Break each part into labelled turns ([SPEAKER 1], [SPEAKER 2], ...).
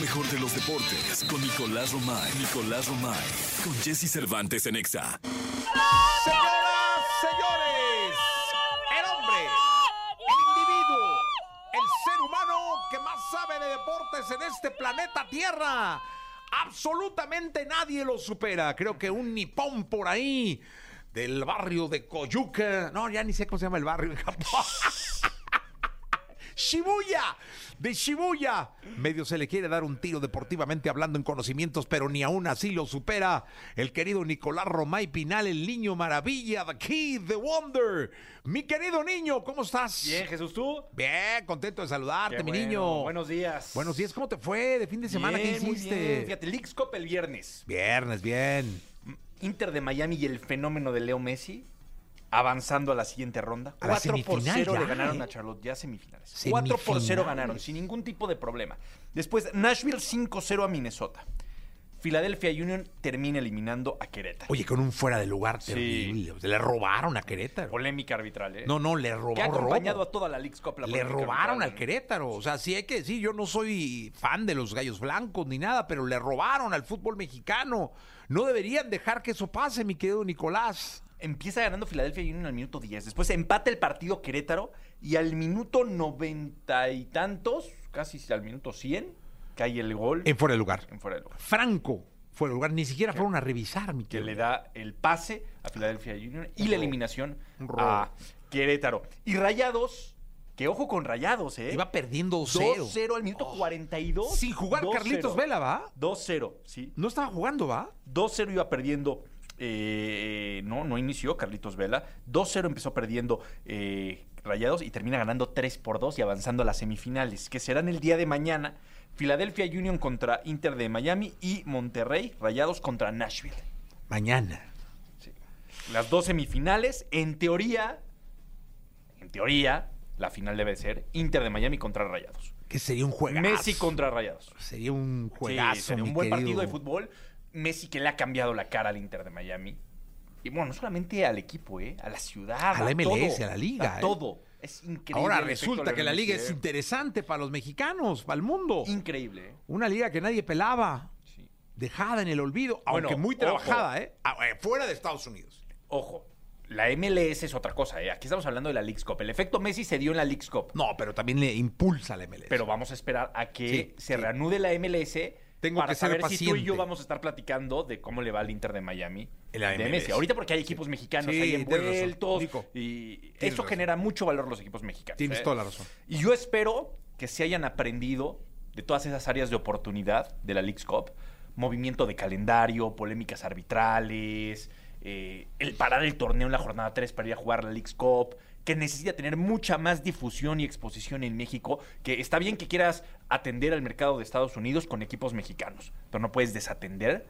[SPEAKER 1] mejor de los deportes con Nicolás Romay. Nicolás Romay. Con Jesse Cervantes en Exa.
[SPEAKER 2] Señoras, señores, el hombre, el individuo, el ser humano que más sabe de deportes en este planeta Tierra. Absolutamente nadie lo supera. Creo que un nipón por ahí del barrio de Coyuca. No, ya ni sé cómo se llama el barrio en Japón. Shibuya, de Shibuya. Medio se le quiere dar un tiro deportivamente hablando en conocimientos, pero ni aún así lo supera el querido Nicolás Romay Pinal, el niño maravilla, the kid, the wonder. Mi querido niño, ¿cómo estás?
[SPEAKER 3] Bien, Jesús, ¿tú?
[SPEAKER 2] Bien, contento de saludarte,
[SPEAKER 3] Qué
[SPEAKER 2] mi
[SPEAKER 3] bueno.
[SPEAKER 2] niño.
[SPEAKER 3] Buenos días.
[SPEAKER 2] Buenos días, ¿cómo te fue de fin de semana?
[SPEAKER 3] Bien,
[SPEAKER 2] ¿Qué
[SPEAKER 3] muy bien.
[SPEAKER 2] hiciste?
[SPEAKER 3] Fíjate, Leagues Cup el viernes.
[SPEAKER 2] Viernes, bien.
[SPEAKER 3] Inter de Miami y el fenómeno de Leo Messi avanzando a la siguiente ronda.
[SPEAKER 2] A la
[SPEAKER 3] 4 por
[SPEAKER 2] semifinal
[SPEAKER 3] 0
[SPEAKER 2] ya,
[SPEAKER 3] le ganaron
[SPEAKER 2] ¿eh?
[SPEAKER 3] a Charlotte, ya semifinales. 4 por 0
[SPEAKER 2] Semifinales.
[SPEAKER 3] ganaron, sin ningún tipo de problema. Después, Nashville 5-0 a Minnesota. Philadelphia Union termina eliminando a Querétaro.
[SPEAKER 2] Oye, con un fuera de lugar terrible. o sea, Le robaron a Querétaro.
[SPEAKER 3] Polémica arbitral, ¿eh?
[SPEAKER 2] No, no, le
[SPEAKER 3] que ha
[SPEAKER 2] robaron.
[SPEAKER 3] acompañado a toda la Leagues Cup. la
[SPEAKER 2] Le
[SPEAKER 3] polémica
[SPEAKER 2] robaron
[SPEAKER 3] arbitral,
[SPEAKER 2] al
[SPEAKER 3] ¿no?
[SPEAKER 2] Querétaro. O sea, sí hay que decir, yo no soy fan de los gallos blancos ni nada, pero le robaron al fútbol mexicano. No deberían dejar que eso pase, mi querido Nicolás.
[SPEAKER 3] Empieza ganando Filadelfia Union al minuto 10. Después empata el partido Querétaro y al minuto noventa y tantos, casi al minuto 100, cae el gol
[SPEAKER 2] En Eh, fuera de lugar.
[SPEAKER 3] en fuera de lugar.
[SPEAKER 2] Franco, fuera de lugar. Ni siquiera fueron a revisar, mi
[SPEAKER 3] Que
[SPEAKER 2] querido.
[SPEAKER 3] le da el pase a Filadelfia Union y la eliminación
[SPEAKER 2] Un robo.
[SPEAKER 3] a Querétaro. Y Rayados, que ojo con Rayados, ¿eh?
[SPEAKER 2] Iba perdiendo 2-0.
[SPEAKER 3] 2-0 al minuto 42.
[SPEAKER 2] Sin jugar
[SPEAKER 3] 2-0.
[SPEAKER 2] Carlitos Vela, ¿va?
[SPEAKER 3] 2-0, sí.
[SPEAKER 2] No estaba jugando, ¿va?
[SPEAKER 3] 2-0 iba perdiendo. eh, no, no inició Carlitos Vela. 2-0 empezó perdiendo eh, Rayados y termina ganando 3 por 2 y avanzando a las semifinales, que serán el día de mañana. Philadelphia Union contra Inter de Miami y Monterrey Rayados contra Nashville.
[SPEAKER 2] Mañana.
[SPEAKER 3] Las dos semifinales, en teoría, en teoría, la final debe ser Inter de Miami contra Rayados.
[SPEAKER 2] Que sería un juegazo.
[SPEAKER 3] Messi contra Rayados.
[SPEAKER 2] Sería un
[SPEAKER 3] Sí,
[SPEAKER 2] juegazo,
[SPEAKER 3] sería
[SPEAKER 2] mi
[SPEAKER 3] un buen
[SPEAKER 2] querido.
[SPEAKER 3] partido de fútbol. Messi que le ha cambiado la cara al Inter de Miami. Y bueno, no solamente al equipo, ¿eh? a la ciudad,
[SPEAKER 2] A la MLS,
[SPEAKER 3] todo,
[SPEAKER 2] a la liga,
[SPEAKER 3] A
[SPEAKER 2] ¿eh?
[SPEAKER 3] todo. Es increíble.
[SPEAKER 2] Ahora
[SPEAKER 3] el efecto
[SPEAKER 2] resulta que la liga es
[SPEAKER 3] MLS, ¿eh?
[SPEAKER 2] interesante para los mexicanos, para el mundo.
[SPEAKER 3] increíble. ¿eh?
[SPEAKER 2] Una liga que nadie pelaba,
[SPEAKER 3] Sí.
[SPEAKER 2] dejada en el olvido,
[SPEAKER 3] Bueno,
[SPEAKER 2] aunque muy
[SPEAKER 3] ojo.
[SPEAKER 2] trabajada, ¿eh? Ah, eh, Fuera de Estados Unidos.
[SPEAKER 3] Ojo, la MLS es otra cosa. ¿eh? Aquí estamos hablando de la Leagues Cup. El efecto Messi se dio en la Leagues Cup.
[SPEAKER 2] No, pero también le impulsa la MLS.
[SPEAKER 3] Pero vamos a esperar a que
[SPEAKER 2] Sí,
[SPEAKER 3] se
[SPEAKER 2] sí.
[SPEAKER 3] reanude la MLS.
[SPEAKER 2] Tengo
[SPEAKER 3] para
[SPEAKER 2] que ser
[SPEAKER 3] saber si tú y yo
[SPEAKER 2] paciente.
[SPEAKER 3] vamos a estar platicando de cómo le va al Inter de Miami.
[SPEAKER 2] En la
[SPEAKER 3] de
[SPEAKER 2] MLS.
[SPEAKER 3] Messi. Ahorita porque hay equipos mexicanos
[SPEAKER 2] Sí,
[SPEAKER 3] ahí
[SPEAKER 2] tienes razón,
[SPEAKER 3] envueltos.
[SPEAKER 2] Nico.
[SPEAKER 3] Y
[SPEAKER 2] Tienes
[SPEAKER 3] eso
[SPEAKER 2] razón.
[SPEAKER 3] genera mucho valor a los equipos mexicanos.
[SPEAKER 2] Tienes
[SPEAKER 3] ¿eh?
[SPEAKER 2] toda la razón.
[SPEAKER 3] Y yo espero que se hayan aprendido de todas esas áreas de oportunidad de la Leagues Cup. Movimiento de calendario, polémicas arbitrales, eh, el parar el torneo en la jornada 3 para ir a jugar la Leagues Cup, que necesita tener mucha más difusión y exposición en México, que está bien que quieras atender al mercado de Estados Unidos con equipos mexicanos, pero no puedes desatender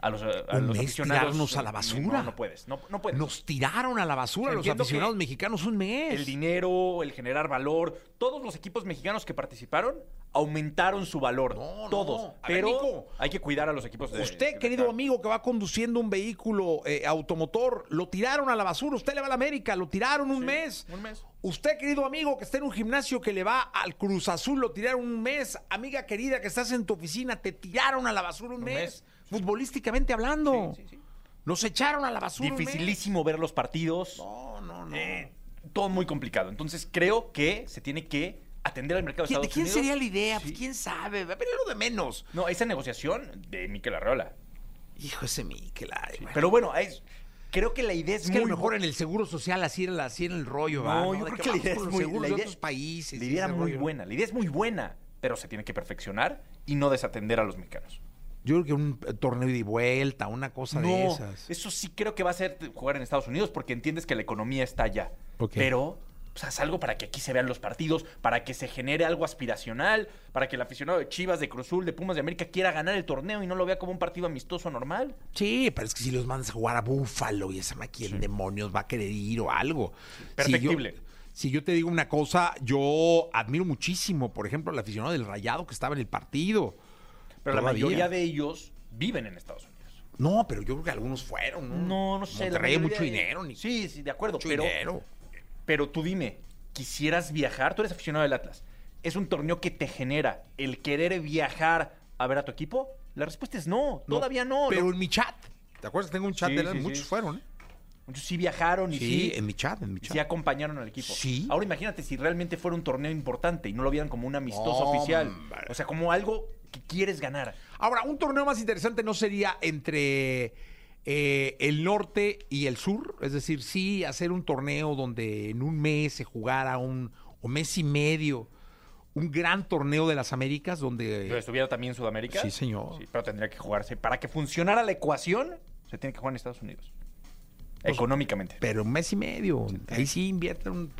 [SPEAKER 3] a los, a
[SPEAKER 2] Un
[SPEAKER 3] los
[SPEAKER 2] mes
[SPEAKER 3] aficionados.
[SPEAKER 2] Pues tirarnos a la
[SPEAKER 3] No,
[SPEAKER 2] basura.
[SPEAKER 3] No, puedes, no, no puedes.
[SPEAKER 2] Nos tiraron a la basura los
[SPEAKER 3] Entiendo
[SPEAKER 2] aficionados
[SPEAKER 3] que
[SPEAKER 2] mexicanos un mes.
[SPEAKER 3] El dinero, el generar valor. Todos los equipos mexicanos que participaron aumentaron su valor.
[SPEAKER 2] No, no,
[SPEAKER 3] todos.
[SPEAKER 2] no. A ver,
[SPEAKER 3] Pero
[SPEAKER 2] Nico.
[SPEAKER 3] hay que cuidar a los equipos de
[SPEAKER 2] Usted,
[SPEAKER 3] que
[SPEAKER 2] querido
[SPEAKER 3] están.
[SPEAKER 2] amigo que va conduciendo un vehículo eh, automotor, lo tiraron a la basura. Usted le va a la América, lo tiraron un
[SPEAKER 3] Sí,
[SPEAKER 2] mes.
[SPEAKER 3] un mes.
[SPEAKER 2] Usted, querido amigo que está en un gimnasio que le va al Cruz Azul, lo tiraron un mes. Amiga querida que estás en tu oficina, te tiraron a la basura un,
[SPEAKER 3] Un
[SPEAKER 2] mes.
[SPEAKER 3] mes.
[SPEAKER 2] Futbolísticamente hablando,
[SPEAKER 3] Sí, sí, sí.
[SPEAKER 2] nos echaron a la basura. un mes.
[SPEAKER 3] Dificilísimo ver los partidos.
[SPEAKER 2] No, no, no.
[SPEAKER 3] Eh, todo muy complicado. Entonces creo que se tiene que atender al mercado de
[SPEAKER 2] ¿Quién- ¿De
[SPEAKER 3] Estados
[SPEAKER 2] quién
[SPEAKER 3] Unidos.
[SPEAKER 2] sería la idea? Pues,
[SPEAKER 3] Sí.
[SPEAKER 2] ¿Quién sabe? Pero es lo de menos.
[SPEAKER 3] No, esa negociación de Miquel Arreola.
[SPEAKER 2] Hijo ese Miquel. ay, bueno.
[SPEAKER 3] Pero bueno, es- creo que la idea es,
[SPEAKER 2] Es que a lo
[SPEAKER 3] muy
[SPEAKER 2] mejor en el seguro social así era, la- así era el rollo, ¿va?
[SPEAKER 3] No, yo
[SPEAKER 2] De
[SPEAKER 3] creo que la
[SPEAKER 2] vamos
[SPEAKER 3] idea
[SPEAKER 2] con
[SPEAKER 3] es
[SPEAKER 2] los
[SPEAKER 3] muy
[SPEAKER 2] seguros
[SPEAKER 3] la
[SPEAKER 2] de
[SPEAKER 3] idea-
[SPEAKER 2] otros países.
[SPEAKER 3] La
[SPEAKER 2] y ese
[SPEAKER 3] idea era muy
[SPEAKER 2] rollo.
[SPEAKER 3] buena, la idea es muy buena, pero se tiene que perfeccionar y no desatender a los mexicanos.
[SPEAKER 2] Yo creo que un eh, torneo de vuelta, una cosa de
[SPEAKER 3] No,
[SPEAKER 2] esas.
[SPEAKER 3] eso sí creo que va a ser jugar en Estados Unidos porque entiendes que la economía está allá.
[SPEAKER 2] Ok.
[SPEAKER 3] Pero pues, haz algo para que aquí se vean los partidos, para que se genere algo aspiracional, para que el aficionado de Chivas, de Cruzul, de Pumas de América quiera ganar el torneo y no lo vea como un partido amistoso normal.
[SPEAKER 2] Sí, pero es que si los mandas a jugar a Búfalo y esa máquina en demonios va a querer ir o algo.
[SPEAKER 3] perfectible.
[SPEAKER 2] Si yo, si yo te digo una cosa, yo admiro muchísimo, por ejemplo, al aficionado del Rayado que estaba en el partido.
[SPEAKER 3] Pero la
[SPEAKER 2] Todavía.
[SPEAKER 3] mayoría de ellos viven en Estados Unidos.
[SPEAKER 2] No, pero yo creo que algunos fueron.
[SPEAKER 3] No, no
[SPEAKER 2] Mm.
[SPEAKER 3] sé. la
[SPEAKER 2] Monterrey,
[SPEAKER 3] mayoría
[SPEAKER 2] mucho
[SPEAKER 3] de-
[SPEAKER 2] dinero, ni
[SPEAKER 3] Sí, sí, de acuerdo.
[SPEAKER 2] mucho
[SPEAKER 3] pero,
[SPEAKER 2] dinero.
[SPEAKER 3] Pero tú dime, ¿quisieras viajar? Tú eres aficionado del Atlas. Es un torneo que te genera el querer viajar a ver a tu equipo? La respuesta es no, todavía no.
[SPEAKER 2] Pero
[SPEAKER 3] Lo-
[SPEAKER 2] en mi chat. ¿Te acuerdas? Tengo un chat
[SPEAKER 3] Sí,
[SPEAKER 2] de la-
[SPEAKER 3] sí, sí.
[SPEAKER 2] Muchos fueron, ¿eh?
[SPEAKER 3] Muchos sí viajaron y
[SPEAKER 2] Sí,
[SPEAKER 3] sí,
[SPEAKER 2] en mi chat, en mi
[SPEAKER 3] y
[SPEAKER 2] chat.
[SPEAKER 3] sí acompañaron al equipo.
[SPEAKER 2] Sí.
[SPEAKER 3] Ahora imagínate si realmente fuera un torneo importante y no lo vieran como un amistoso
[SPEAKER 2] Hombre.
[SPEAKER 3] oficial. O sea, como algo que quieres ganar.
[SPEAKER 2] Ahora, un torneo más interesante no sería entre eh, el norte y el sur. Es decir, sí, hacer un torneo donde en un mes se jugara un, un mes y medio, un gran torneo de las Américas donde...
[SPEAKER 3] Pero estuviera también Sudamérica.
[SPEAKER 2] Sí, señor.
[SPEAKER 3] Sí, pero tendría que jugarse. Para que funcionara la ecuación, se tiene que jugar en Estados Unidos.
[SPEAKER 2] Pues
[SPEAKER 3] Económicamente.
[SPEAKER 2] Pero un mes y medio. Ahí sí invierten. un-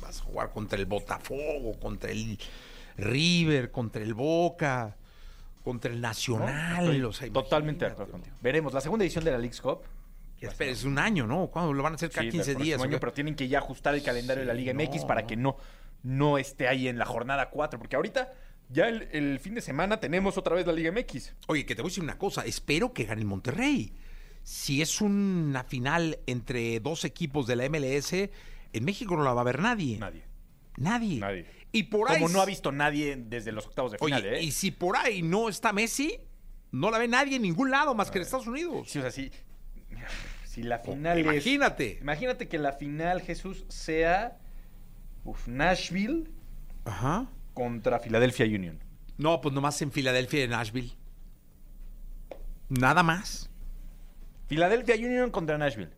[SPEAKER 2] vas a jugar contra el Botafogo, contra el River, contra el Boca, contra el
[SPEAKER 3] ¿no?
[SPEAKER 2] Nacional.
[SPEAKER 3] Estoy
[SPEAKER 2] o sea,
[SPEAKER 3] totalmente de
[SPEAKER 2] imagínate.
[SPEAKER 3] acuerdo contigo. Veremos. La segunda edición de la League's Cup.
[SPEAKER 2] Que espera, es un año, ¿no? ¿Cuándo lo van a hacer cada
[SPEAKER 3] Sí,
[SPEAKER 2] 15
[SPEAKER 3] del próximo
[SPEAKER 2] días?
[SPEAKER 3] año,
[SPEAKER 2] ¿o qué?
[SPEAKER 3] pero tienen que ya ajustar el calendario de la Liga MX
[SPEAKER 2] no,
[SPEAKER 3] para
[SPEAKER 2] no.
[SPEAKER 3] que no, no esté ahí en la jornada 4. Porque ahorita, ya el, el fin de semana, tenemos otra vez la Liga MX.
[SPEAKER 2] Oye, que te voy a decir una cosa. Espero que gane el Monterrey. Si es una final entre dos equipos de la MLS, en México no la va a ver nadie.
[SPEAKER 3] Nadie.
[SPEAKER 2] Nadie.
[SPEAKER 3] Nadie.
[SPEAKER 2] Y por ahí.
[SPEAKER 3] Como no ha visto nadie desde los octavos de
[SPEAKER 2] Oye,
[SPEAKER 3] final, ¿eh?
[SPEAKER 2] y si por ahí no está Messi, no la ve nadie en ningún lado más que en Estados Unidos.
[SPEAKER 3] Sí, o sea, sí. Si la final es-
[SPEAKER 2] Oh, Imagínate.
[SPEAKER 3] Imagínate que la final, Jesús, sea uf, Nashville
[SPEAKER 2] Ajá.
[SPEAKER 3] contra Philadelphia Union.
[SPEAKER 2] No, pues nomás en Filadelfia y en Nashville. Nada más.
[SPEAKER 3] Philadelphia Union contra Nashville.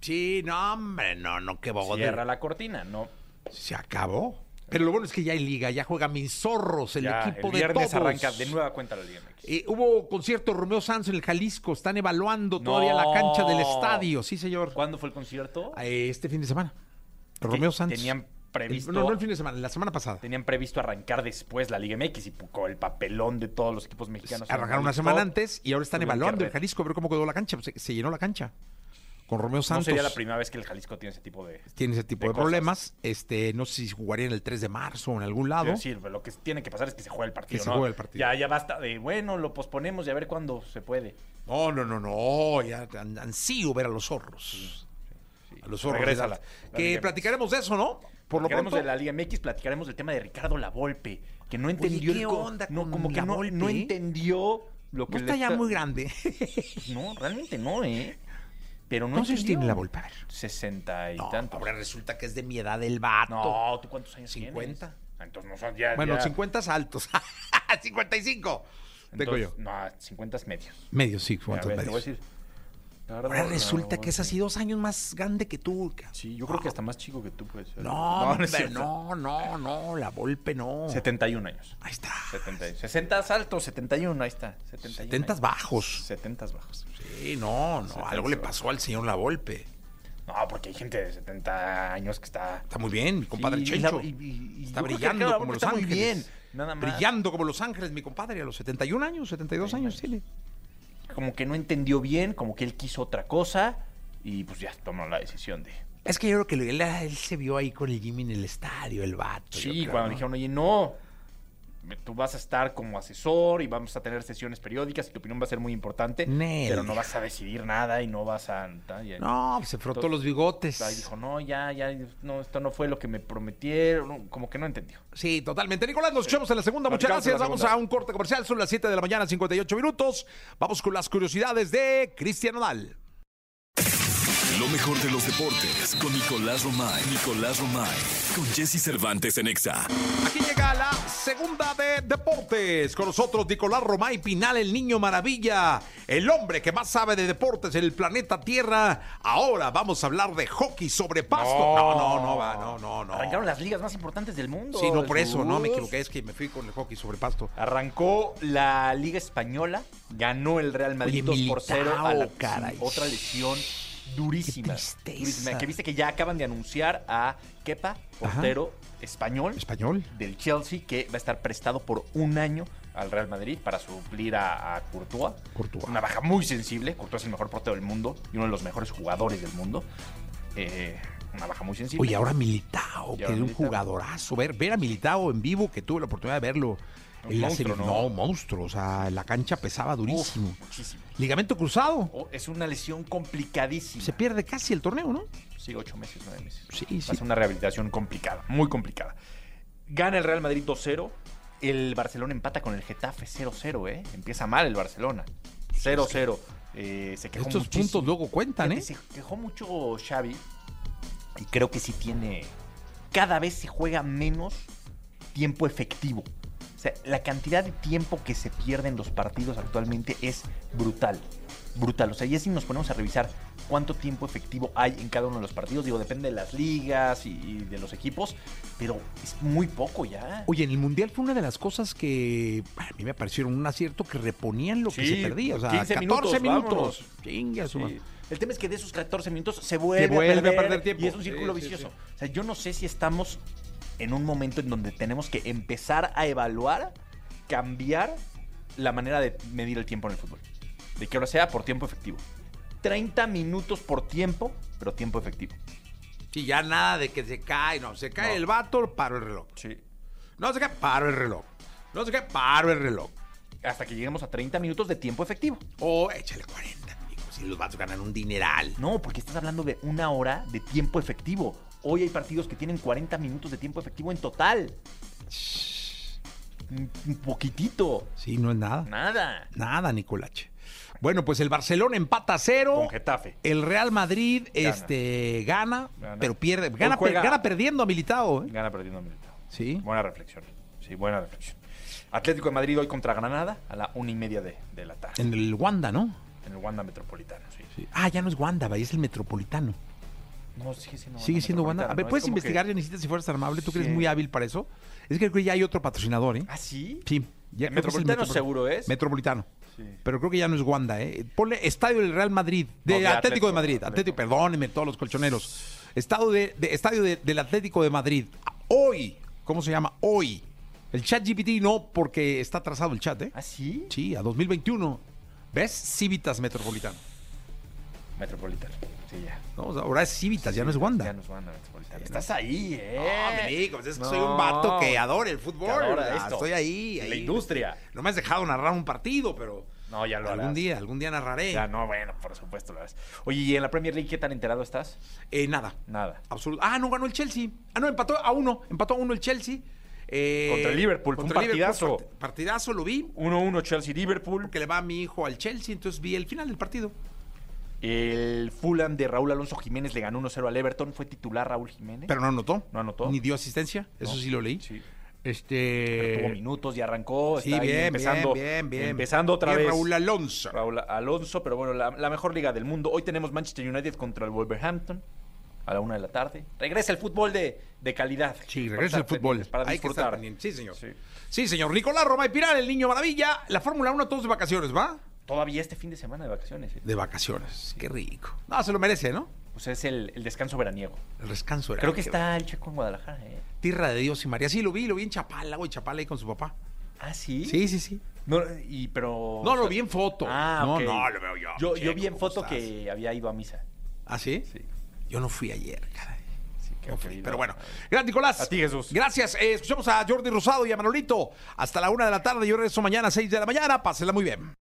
[SPEAKER 2] Sí, no, hombre, no, no, qué
[SPEAKER 3] Cierra
[SPEAKER 2] bogotá.
[SPEAKER 3] la cortina, ¿no?
[SPEAKER 2] Se acabó. Pero lo bueno es que ya hay liga, ya juega mis zorros, el
[SPEAKER 3] Ya,
[SPEAKER 2] equipo
[SPEAKER 3] el
[SPEAKER 2] de
[SPEAKER 3] viernes
[SPEAKER 2] todos.
[SPEAKER 3] arranca de nueva cuenta la Liga MX.
[SPEAKER 2] Eh, hubo concierto de Romeo Sanz en el Jalisco. Están evaluando
[SPEAKER 3] No.
[SPEAKER 2] todavía la cancha del estadio. Sí, señor.
[SPEAKER 3] ¿Cuándo fue el concierto?
[SPEAKER 2] Eh, Este fin de semana. Romeo Sanz. Eh,
[SPEAKER 3] Tenían previsto,
[SPEAKER 2] No, no el fin de semana, la semana pasada.
[SPEAKER 3] tenían previsto arrancar después la Liga MX y pu- con el papelón de todos los equipos mexicanos.
[SPEAKER 2] Arrancaron
[SPEAKER 3] en el
[SPEAKER 2] una semana
[SPEAKER 3] top.
[SPEAKER 2] antes y ahora están
[SPEAKER 3] Tuvieron que
[SPEAKER 2] evaluando
[SPEAKER 3] re-
[SPEAKER 2] el Jalisco a ver cómo quedó la cancha. Se, se llenó la cancha con Romeo
[SPEAKER 3] No
[SPEAKER 2] Santos.
[SPEAKER 3] sería la primera vez que el Jalisco tiene ese tipo de...
[SPEAKER 2] Tiene ese tipo
[SPEAKER 3] de
[SPEAKER 2] de,
[SPEAKER 3] cosas.
[SPEAKER 2] problemas. Este, no sé si jugarían el 3 de marzo o en algún lado.
[SPEAKER 3] Sí, lo que tiene que pasar es que se juega el partido.
[SPEAKER 2] Ah, Que se
[SPEAKER 3] ¿no?
[SPEAKER 2] juegue el partido.
[SPEAKER 3] Ya, ya basta de, bueno, lo posponemos y a ver cuándo se puede.
[SPEAKER 2] No, no, no, no. Ya an- ansío ver a los zorros. A los zorros.
[SPEAKER 3] Regresa
[SPEAKER 2] de
[SPEAKER 3] la- la
[SPEAKER 2] que
[SPEAKER 3] Liga MX.
[SPEAKER 2] platicaremos de eso, ¿no? Por lo
[SPEAKER 3] Platicaremos
[SPEAKER 2] pronto.
[SPEAKER 3] de la Liga MX, platicaremos del tema de Ricardo Lavolpe, que no entendió
[SPEAKER 2] ¿qué
[SPEAKER 3] el co-
[SPEAKER 2] onda
[SPEAKER 3] no,
[SPEAKER 2] con
[SPEAKER 3] como que no,
[SPEAKER 2] Lavolpe,
[SPEAKER 3] no
[SPEAKER 2] eh?
[SPEAKER 3] entendió lo que
[SPEAKER 2] No
[SPEAKER 3] le
[SPEAKER 2] está ya
[SPEAKER 3] está-
[SPEAKER 2] muy grande.
[SPEAKER 3] No, realmente no, ¿eh? Pero no
[SPEAKER 2] ¿Cuántos años
[SPEAKER 3] entendió.
[SPEAKER 2] tiene la Volpe? A ver.
[SPEAKER 3] 60 y
[SPEAKER 2] No,
[SPEAKER 3] tanto.
[SPEAKER 2] ahora resulta que es de mi edad el vato.
[SPEAKER 3] No, ¿tú cuántos años
[SPEAKER 2] 50.
[SPEAKER 3] tienes? Ah, Entonces no son ya.
[SPEAKER 2] Bueno,
[SPEAKER 3] ya.
[SPEAKER 2] 50 es altos. 55. Tengo yo.
[SPEAKER 3] Entonces, No, 50 es medio.
[SPEAKER 2] Medio, sí,
[SPEAKER 3] Mira, a
[SPEAKER 2] ¿cuántos
[SPEAKER 3] ver, te voy a
[SPEAKER 2] medios?
[SPEAKER 3] decir.
[SPEAKER 2] Ahora resulta que es así dos años más grande que tú. ca- Ah,
[SPEAKER 3] Sí, yo creo que hasta más chico que tú puedes ser.
[SPEAKER 2] No, hombre,
[SPEAKER 3] es cierto.
[SPEAKER 2] no, no, no, la Volpe no.
[SPEAKER 3] 71 años.
[SPEAKER 2] Ahí está.
[SPEAKER 3] 70, 60 altos, 71, ahí está. 71
[SPEAKER 2] 70 bajos.
[SPEAKER 3] 70 bajos.
[SPEAKER 2] Sí, no, no, algo le pasó al señor La Volpe.
[SPEAKER 3] No, porque hay gente de 70 años que está.
[SPEAKER 2] Está muy bien, mi compadre
[SPEAKER 3] Sí, y la-
[SPEAKER 2] Chencho.
[SPEAKER 3] y- y- y
[SPEAKER 2] está
[SPEAKER 3] yo creo que
[SPEAKER 2] brillando
[SPEAKER 3] Ricardo
[SPEAKER 2] como
[SPEAKER 3] Lavolpe
[SPEAKER 2] Los
[SPEAKER 3] está muy
[SPEAKER 2] Ángeles.
[SPEAKER 3] bien, nada más.
[SPEAKER 2] Brillando como Los Ángeles, mi compadre, a los 71 años, 72 años tiene.
[SPEAKER 3] Como que no entendió bien, como que él quiso otra cosa. Y pues ya tomó la decisión de.
[SPEAKER 2] Es que yo creo que él, él se vio ahí con el Jimmy en el estadio, el vato. Pues yo
[SPEAKER 3] Sí,
[SPEAKER 2] creo,
[SPEAKER 3] cuando
[SPEAKER 2] ¿no?
[SPEAKER 3] dijeron, oye, no, me- tú vas a estar como asesor y vamos a tener sesiones periódicas y tu opinión va a ser muy importante,
[SPEAKER 2] Nel.
[SPEAKER 3] pero no vas a decidir nada y no vas a... ta- y-
[SPEAKER 2] No, pues se frotó los bigotes.
[SPEAKER 3] Ahí dijo, no, ya, ya, no, esto no fue lo que me prometieron, no, como que no entendió.
[SPEAKER 2] Sí, totalmente. Nicolás, nos escuchamos en la segunda. Muchas
[SPEAKER 3] Platicamos en
[SPEAKER 2] gracias.
[SPEAKER 3] la
[SPEAKER 2] Vamos
[SPEAKER 3] segunda.
[SPEAKER 2] a un corte comercial. Son las 7 de la mañana, 58 minutos. Vamos con las curiosidades de Cristian Nodal.
[SPEAKER 1] Lo mejor de los deportes con Nicolás Romay. Nicolás Romay. Con Jesse Cervantes en Exa.
[SPEAKER 2] Aquí llega la segunda de deportes. Con nosotros Nicolás Romay Pinal, el niño maravilla, el hombre que más sabe de deportes en el planeta Tierra. Ahora vamos a hablar de hockey sobre pasto. No, no, no, va, no, no, no.
[SPEAKER 3] Arrancaron las ligas más importantes del mundo.
[SPEAKER 2] Sí, no por eso, no, me
[SPEAKER 3] Jesús.
[SPEAKER 2] equivoqué, es que me fui con el hockey sobre pasto.
[SPEAKER 3] Arrancó la Liga Española, ganó el Real Madrid
[SPEAKER 2] Oye,
[SPEAKER 3] 2 por 0 a la
[SPEAKER 2] Militao, caray.
[SPEAKER 3] sí, otra lesión
[SPEAKER 2] Qué
[SPEAKER 3] durísima.
[SPEAKER 2] tristeza.
[SPEAKER 3] durísima, Que viste que ya acaban de anunciar a Kepa, portero español
[SPEAKER 2] Español.
[SPEAKER 3] del Chelsea, que va a estar prestado por un año al Real Madrid para suplir a, a Courtois.
[SPEAKER 2] Courtois.
[SPEAKER 3] Una baja muy sensible. Courtois es el mejor portero del mundo y uno de los mejores jugadores del mundo. Eh, una baja muy sensible.
[SPEAKER 2] Oye, ahora Militao,
[SPEAKER 3] pues, Y
[SPEAKER 2] que
[SPEAKER 3] ahora
[SPEAKER 2] es un
[SPEAKER 3] Militao.
[SPEAKER 2] jugadorazo. Ver, ver a Militao en vivo, que tuve la oportunidad de verlo.
[SPEAKER 3] Un
[SPEAKER 2] en la
[SPEAKER 3] monstruo,
[SPEAKER 2] serie-
[SPEAKER 3] ¿no?
[SPEAKER 2] ¿no? monstruo. O sea, la cancha pesaba
[SPEAKER 3] Uf,
[SPEAKER 2] durísimo.
[SPEAKER 3] muchísimo.
[SPEAKER 2] Ligamento cruzado.
[SPEAKER 3] Oh, es una lesión complicadísima.
[SPEAKER 2] Se pierde casi el torneo, ¿no?
[SPEAKER 3] Sí, ocho meses, nueve meses.
[SPEAKER 2] Sí,
[SPEAKER 3] Va a
[SPEAKER 2] sí.
[SPEAKER 3] ser una rehabilitación complicada, muy complicada. Gana el Real Madrid 2-0. El Barcelona empata con el Getafe 0-0, ¿eh? Empieza mal el Barcelona. 0-0. Eh, se quejó
[SPEAKER 2] Estos
[SPEAKER 3] muchísimo.
[SPEAKER 2] puntos luego cuentan,
[SPEAKER 3] Fíjate,
[SPEAKER 2] ¿eh?
[SPEAKER 3] Se quejó mucho Xavi. Y creo que sí tiene. Cada vez se juega menos tiempo efectivo. O sea, la cantidad de tiempo que se pierde en los partidos actualmente es brutal. Brutal. O sea, ya si nos ponemos a revisar cuánto tiempo efectivo hay en cada uno de los partidos, digo, depende de las ligas y, y de los equipos, pero es muy poco ya.
[SPEAKER 2] Oye, en el Mundial fue una de las cosas que para mí me parecieron un acierto que reponían lo que
[SPEAKER 3] Sí,
[SPEAKER 2] se perdía. O sea,
[SPEAKER 3] 15 minutos,
[SPEAKER 2] 14 minutos.
[SPEAKER 3] vámonos.
[SPEAKER 2] Chinga su madre.
[SPEAKER 3] Sí. El tema es que de esos 14 minutos se vuelve,
[SPEAKER 2] vuelve
[SPEAKER 3] a, perder,
[SPEAKER 2] tiempo.
[SPEAKER 3] Y es un círculo
[SPEAKER 2] Sí, sí,
[SPEAKER 3] vicioso.
[SPEAKER 2] sí.
[SPEAKER 3] O sea, yo no sé si estamos en un momento en donde tenemos que empezar a evaluar, cambiar la manera de medir el tiempo en el fútbol. De que ahora sea por tiempo efectivo. 30 minutos por tiempo, pero tiempo efectivo.
[SPEAKER 2] Sí, ya nada de que se cae, no. Se cae
[SPEAKER 3] No.
[SPEAKER 2] el vato, paro el reloj.
[SPEAKER 3] Sí.
[SPEAKER 2] No sé qué, paro el reloj. No sé qué, paro el reloj.
[SPEAKER 3] Hasta que lleguemos a 30 minutos de tiempo efectivo.
[SPEAKER 2] O échale 40, amigo. Si los vatos ganan un dineral.
[SPEAKER 3] No, porque estás hablando de una hora de tiempo efectivo. Hoy hay partidos que tienen 40 minutos de tiempo efectivo en total. Un un poquitito.
[SPEAKER 2] Sí, no es nada.
[SPEAKER 3] Nada.
[SPEAKER 2] Nada, Nicolache. Bueno, pues el Barcelona empata a cero.
[SPEAKER 3] Con Getafe.
[SPEAKER 2] El Real Madrid
[SPEAKER 3] Gana.
[SPEAKER 2] este, gana,
[SPEAKER 3] Gana.
[SPEAKER 2] pero pierde.
[SPEAKER 3] Hoy
[SPEAKER 2] Gana, per-
[SPEAKER 3] juega-
[SPEAKER 2] gana perdiendo a Militao. ¿eh?
[SPEAKER 3] Gana perdiendo Militao.
[SPEAKER 2] Sí.
[SPEAKER 3] Buena reflexión. Sí, buena reflexión. Atlético de Madrid hoy contra Granada a la una y media de, de la tarde.
[SPEAKER 2] En el Wanda, ¿no?
[SPEAKER 3] En el Wanda Metropolitano, sí.
[SPEAKER 2] Ah, ya no es Wanda, vaya, es el Metropolitano.
[SPEAKER 3] No, sigue siendo Wanda
[SPEAKER 2] Sigue siendo Wanda.
[SPEAKER 3] Metropolitano,
[SPEAKER 2] A ver,
[SPEAKER 3] ¿no? Es
[SPEAKER 2] ¿puedes
[SPEAKER 3] como que-
[SPEAKER 2] investigar, Yanisita, si fueras tan amable? Tú que eres
[SPEAKER 3] Sí.
[SPEAKER 2] muy hábil para eso. Es que creo que ya hay otro patrocinador, ¿eh?
[SPEAKER 3] ¿Ah, sí?
[SPEAKER 2] Sí. ya
[SPEAKER 3] El
[SPEAKER 2] creo que es el
[SPEAKER 3] Metropolitano
[SPEAKER 2] Metropol-
[SPEAKER 3] seguro es.
[SPEAKER 2] Metropolitano.
[SPEAKER 3] Sí.
[SPEAKER 2] Pero creo que ya no es Wanda, ¿eh? Ponle Estadio del Real Madrid, de
[SPEAKER 3] No, de
[SPEAKER 2] Atlético,
[SPEAKER 3] Atlético,
[SPEAKER 2] de Madrid.
[SPEAKER 3] Atlético.
[SPEAKER 2] Atlético, perdónenme todos los colchoneros. Estadio, de, de- estadio de- del Atlético de Madrid. Hoy, ¿cómo se llama? Hoy. El chat GPT no, porque está atrasado el chat, ¿eh?
[SPEAKER 3] ¿Ah, sí?
[SPEAKER 2] Sí, a 2021. ¿Ves? Civitas Metropolitano.
[SPEAKER 3] Metropolitano. Sí, ya.
[SPEAKER 2] No, o sea, ahora es Civitas, ya no es Wanda.
[SPEAKER 3] Ya no es Wanda Metropolitano. Estás ahí, ¿eh?
[SPEAKER 2] No, amigo, es que soy un vato que adora el fútbol.
[SPEAKER 3] Que adora
[SPEAKER 2] Ah,
[SPEAKER 3] esto.
[SPEAKER 2] Estoy ahí,
[SPEAKER 3] En
[SPEAKER 2] ahí.
[SPEAKER 3] La industria.
[SPEAKER 2] No me has dejado narrar un partido, pero
[SPEAKER 3] No, ya lo
[SPEAKER 2] algún
[SPEAKER 3] harás.
[SPEAKER 2] día, algún día narraré.
[SPEAKER 3] Ya, no, bueno, por supuesto lo harás. Oye, ¿y en la Premier League qué tan enterado estás?
[SPEAKER 2] Eh, nada,
[SPEAKER 3] Nada.
[SPEAKER 2] absoluto. Ah, no ganó el Chelsea. Ah, no, empató a uno, empató a uno el Chelsea. Eh,
[SPEAKER 3] Contra el Liverpool, fue un
[SPEAKER 2] el
[SPEAKER 3] partidazo.
[SPEAKER 2] part- partidazo lo vi,
[SPEAKER 3] 1-1 Chelsea-Liverpool.
[SPEAKER 2] porque le va a mi hijo al Chelsea, entonces vi el final del partido.
[SPEAKER 3] El Fulham de Raúl Alonso Jiménez le ganó 1-0 al Everton. Fue titular Raúl Jiménez.
[SPEAKER 2] Pero no anotó.
[SPEAKER 3] No anotó.
[SPEAKER 2] Ni dio asistencia, eso
[SPEAKER 3] No.
[SPEAKER 2] sí lo leí.
[SPEAKER 3] Sí.
[SPEAKER 2] Este.
[SPEAKER 3] Tuvo minutos y arrancó.
[SPEAKER 2] Sí,
[SPEAKER 3] está ahí
[SPEAKER 2] bien,
[SPEAKER 3] empezando,
[SPEAKER 2] bien, bien, bien.
[SPEAKER 3] Empezando otra
[SPEAKER 2] Bien,
[SPEAKER 3] vez.
[SPEAKER 2] Raúl Alonso.
[SPEAKER 3] Raúl Alonso, pero bueno, la, la mejor liga del mundo. Hoy tenemos Manchester United contra el Wolverhampton a la una de la tarde. Regresa el fútbol de, de calidad.
[SPEAKER 2] Sí, regresa el
[SPEAKER 3] Para estar
[SPEAKER 2] fútbol.
[SPEAKER 3] pendientes, Para
[SPEAKER 2] Hay que estar
[SPEAKER 3] disfrutar.
[SPEAKER 2] pendientes. Sí, señor. Sí.
[SPEAKER 3] Sí.
[SPEAKER 2] señor. Nicolás Romay Piral, el niño maravilla. La Fórmula 1, todos de vacaciones, ¿va?
[SPEAKER 3] Todavía este fin de semana de vacaciones. ¿eh?
[SPEAKER 2] De vacaciones. Qué rico. No, se lo merece, ¿no?
[SPEAKER 3] Pues es el, el descanso veraniego.
[SPEAKER 2] El descanso era.
[SPEAKER 3] Creo que está el Checo en Guadalajara, ¿eh?
[SPEAKER 2] Tierra de Dios y María. Sí, lo vi, lo vi en Chapala, güey, Chapala ahí con su papá.
[SPEAKER 3] Ah, sí.
[SPEAKER 2] Sí, sí, sí.
[SPEAKER 3] No, y pero.
[SPEAKER 2] No, lo vi en foto.
[SPEAKER 3] Ah,
[SPEAKER 2] No,
[SPEAKER 3] ok.
[SPEAKER 2] no, lo veo yo.
[SPEAKER 3] Yo,
[SPEAKER 2] Checo,
[SPEAKER 3] vi en
[SPEAKER 2] ¿cómo
[SPEAKER 3] foto
[SPEAKER 2] estás?
[SPEAKER 3] que había ido a misa.
[SPEAKER 2] ¿Ah, sí?
[SPEAKER 3] Sí.
[SPEAKER 2] Yo no fui ayer, caray.
[SPEAKER 3] sí que
[SPEAKER 2] No fui.
[SPEAKER 3] había ido
[SPEAKER 2] Pero
[SPEAKER 3] a-
[SPEAKER 2] bueno, gracias Nicolás.
[SPEAKER 3] A ti, Jesús.
[SPEAKER 2] Gracias. Eh, escuchamos a Jordi Rosado y a Manolito. Hasta la una de la tarde. Yo regreso mañana a seis de la mañana. Pásenla muy bien.